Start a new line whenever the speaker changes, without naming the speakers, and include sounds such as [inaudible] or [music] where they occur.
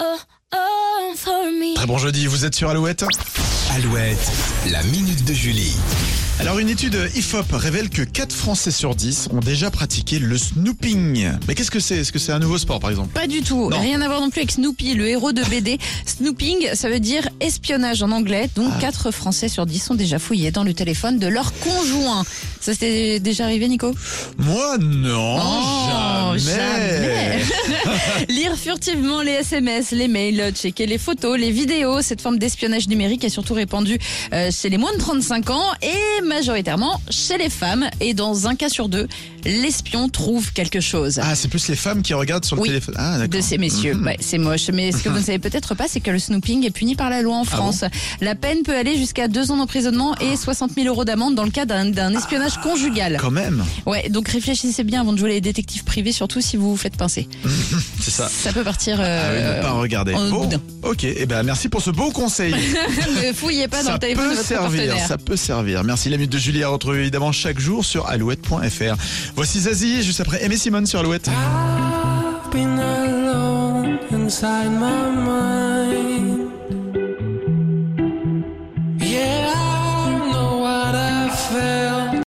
oh, oh, for me.
Très bon jeudi, vous êtes sur Alouette
Alouette, la minute de Julie.
Alors une étude IFOP révèle que 4 Français sur 10 ont déjà pratiqué le snooping. Mais qu'est-ce que c'est Est-ce que c'est un nouveau sport par exemple
Pas du tout.
Non.
Rien à voir non plus avec Snoopy, le héros de BD. Snooping, ça veut dire espionnage en anglais. Donc, 4 Français sur 10 sont déjà fouillés dans le téléphone de leur conjoint. Ça s'est déjà arrivé, Nico
Moi non,
Oh,
jamais.
jamais. Lire furtivement les SMS, les mails, checker les photos, les vidéos. Cette forme d'espionnage numérique est surtout répandue euh, chez les moins de 35 ans et majoritairement chez les femmes. Et dans un cas sur deux, l'espion trouve quelque chose.
Ah, c'est plus les femmes qui regardent sur le
Oui,
téléphone. Ah,
de
d'accord.
ces messieurs. Ouais, c'est moche. Mais ce que vous ne savez peut-être pas, c'est que le snooping est puni par la loi
Ah
en France. la peine peut aller jusqu'à deux ans d'emprisonnement et 60 000 euros d'amende dans le cas d'un d'un espionnage
Ah.
conjugal.
Quand même,
Ouais, donc réfléchissez bien avant de jouer les détectives privés, surtout si vous vous faites pincer.
c'est ça.
Ça peut partir.
Ah oui,
euh,
ne pas regarder.
en
Bon,
boudin.
ok, et ben merci pour ce beau conseil.
[laughs] ne fouillez pas dans
ça
le téléphone de
peut
votre
servir,
partenaire.
ça peut servir. Merci la minute de Julie à retrouver évidemment chaque jour sur alouette.fr. Voici Zazie juste après Aimé Simone sur Alouette.
I've been alone inside my mind.